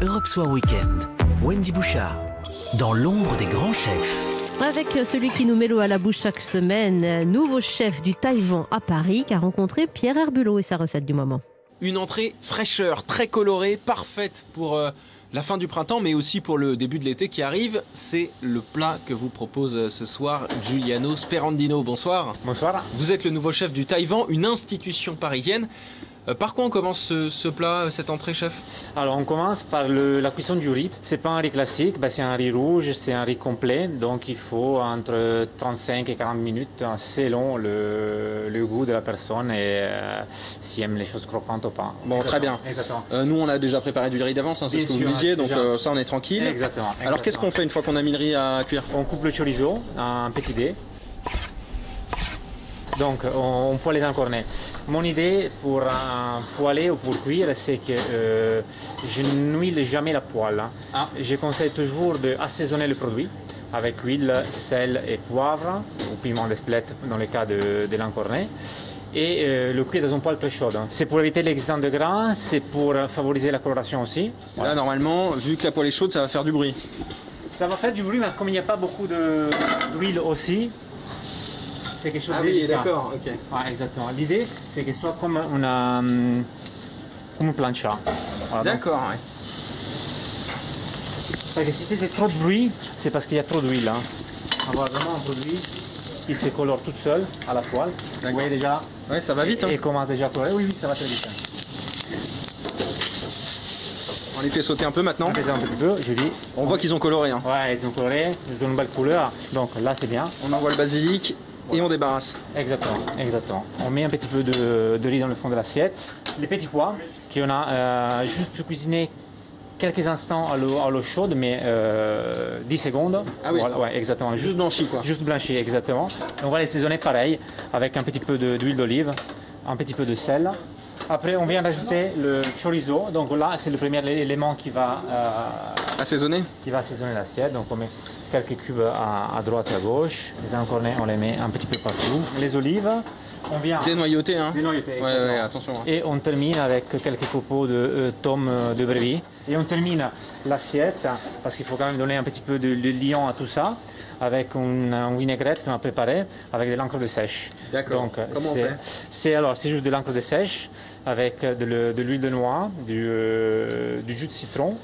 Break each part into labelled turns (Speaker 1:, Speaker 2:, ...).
Speaker 1: Europe Soir Weekend, Wendy Bouchard, dans l'ombre des grands chefs.
Speaker 2: Avec celui qui nous met l'eau à la bouche chaque semaine, nouveau chef du Taïwan à Paris, qui a rencontré Pierre Herbulot et sa recette du moment.
Speaker 3: Une entrée fraîcheur, très colorée, parfaite pour euh, la fin du printemps, mais aussi pour le début de l'été qui arrive. C'est le plat que vous propose euh, ce soir Giuliano Sperandino. Bonsoir.
Speaker 4: Bonsoir.
Speaker 3: Vous êtes le nouveau chef du Taïwan, une institution parisienne. Euh, Par quoi on commence ce, ce plat, euh, cette entrée, chef
Speaker 4: Alors on commence par le- la cuisson du riz. C'est pas un riz classique, bah, c'est un riz rouge, c'est un riz complet, donc il faut entre 35 et 40 minutes hein, selon le, le goût de la personne et euh, si aime les choses croquantes ou pas.
Speaker 3: Bon, très bien.
Speaker 4: Exactement.
Speaker 3: Euh, Nous, on a déjà préparé du riz d'avance, hein, c'est
Speaker 4: Bien
Speaker 3: ce que vous
Speaker 4: sûr,
Speaker 3: me disiez, donc
Speaker 4: déjà.
Speaker 3: euh, ça, on est tranquille.
Speaker 4: Exactement.
Speaker 3: Alors, qu'est-ce qu'on fait une fois qu'on a mis le riz à cuire
Speaker 4: On coupe le chorizo en petits dés. Donc, on, on peut les encorner. Mon idée pour un poêler ou pour cuire, c'est que euh, je n'huile jamais la poêle. hein.
Speaker 3: Ah.
Speaker 4: Je conseille toujours d'assaisonner le produit avec huile, sel et poivre, ou piment d'Espelette dans le cas de, de l'encornet. Et euh, le cuire dans une poêle très chaude. hein. C'est pour éviter l'excédent de gras, c'est pour favoriser la coloration aussi.
Speaker 3: Là, normalement, vu que la poêle est chaude, ça va faire du bruit.
Speaker 4: Ça va faire du bruit, mais comme il n'y a pas beaucoup de- d'huile aussi, c'est quelque chose
Speaker 3: Ah
Speaker 4: de délicat.
Speaker 3: ok.
Speaker 4: Ouais, exactement. L'idée, c'est que ce soit comme une, euh, comme une plancha. Voilà, donc,
Speaker 3: D'accord, ouais.
Speaker 4: Parce que si tu fais trop de bruit, c'est parce qu'il y a trop d'huile. hein. On voit vraiment un produit qui se colore toute seule à la poêle. Vous
Speaker 3: D'accord.
Speaker 4: voyez déjà
Speaker 3: Ouais, ça va vite. hein.
Speaker 4: Et, et comment déjà à colorer. Oui, oui, ça va très vite. hein.
Speaker 3: On les fait sauter un peu maintenant.
Speaker 4: On fait ça un petit peu, je dis.
Speaker 3: On voit qu'ils ont coloré. hein.
Speaker 4: Ouais, ils ont coloré, ils ont une belle couleur. Donc là, c'est bien.
Speaker 3: On envoie le basilic et on débarrasse.
Speaker 4: Exactement, exactement. On met un petit peu de, de riz dans le fond de l'assiette. Les petits pois qu'on a euh, juste cuisiné quelques instants à l'eau, à l'eau chaude, mais euh, 10 secondes.
Speaker 3: Ah oui.
Speaker 4: Voilà, ouais, exactement.
Speaker 3: Juste
Speaker 4: Juste,
Speaker 3: blanchi, quoi.
Speaker 4: juste blanchi, exactement. Et on va les saisonner pareil, avec un petit peu de- d'huile d'olive, un petit peu de sel. Après, on vient d'ajouter le chorizo. Donc là, c'est le premier élément qui va euh,
Speaker 3: Assaisonné
Speaker 4: qui va assaisonner l'assiette. Donc on met quelques cubes à, à droite et à gauche. Les encornets, on les met un petit peu partout. Les olives, on vient
Speaker 3: Dénoyauté, hein
Speaker 4: dénoyauter.
Speaker 3: Ouais,
Speaker 4: exactement.
Speaker 3: ouais, attention. hein.
Speaker 4: Et on termine avec quelques copeaux de euh, tomes euh, de brebis. Et on termine l'assiette, parce qu'il faut quand même donner un petit peu de, de liant à tout ça, avec une, une vinaigrette qu'on a préparée avec de l'encre de sèche.
Speaker 3: D'accord.
Speaker 4: Donc, euh,
Speaker 3: Comment on
Speaker 4: c'est-
Speaker 3: fait
Speaker 4: c'est alors c'est juste de l'encre de sèche avec euh, de, le- de l'huile de noix, du, euh, du jus de citron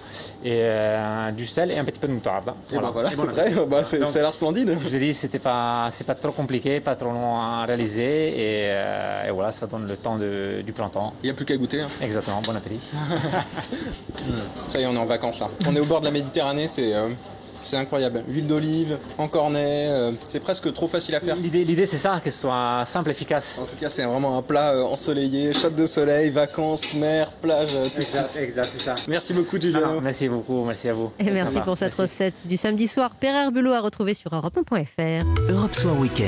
Speaker 4: et euh, du sel et un petit peu de moutarde.
Speaker 3: Et ben voilà,
Speaker 4: Et
Speaker 3: c'est
Speaker 4: bon
Speaker 3: prêt.
Speaker 4: appétit.
Speaker 3: Bah, c'est
Speaker 4: Donc,
Speaker 3: ça a l'air splendide.
Speaker 4: Je vous ai dit, c'était pas, c'est pas trop compliqué, pas trop long à réaliser et, euh, et voilà, ça donne le temps de- du printemps.
Speaker 3: Il n'y a plus qu'à goûter. hein.
Speaker 4: Exactement, bon appétit.
Speaker 3: Ça y est, on est en vacances là. On est au bord de la Méditerranée, c'est euh, c'est incroyable. Huile d'olive, encornet, euh, c'est presque trop facile à faire.
Speaker 4: L'idée, l'idée, c'est ça, que ce soit simple, efficace.
Speaker 3: En tout cas, c'est vraiment un plat euh, ensoleillé, chatte de soleil, vacances, mer, plage, euh, tout de suite.
Speaker 4: exact, Ah c'est ça.
Speaker 3: Merci beaucoup, Julien.
Speaker 4: Merci beaucoup, merci à vous.
Speaker 2: Et Eh, merci pour cette
Speaker 4: recette.
Speaker 2: recette du samedi soir. Pierre Herbulot à retrouver sur europe1.fr.
Speaker 1: Europe Soir Weekend.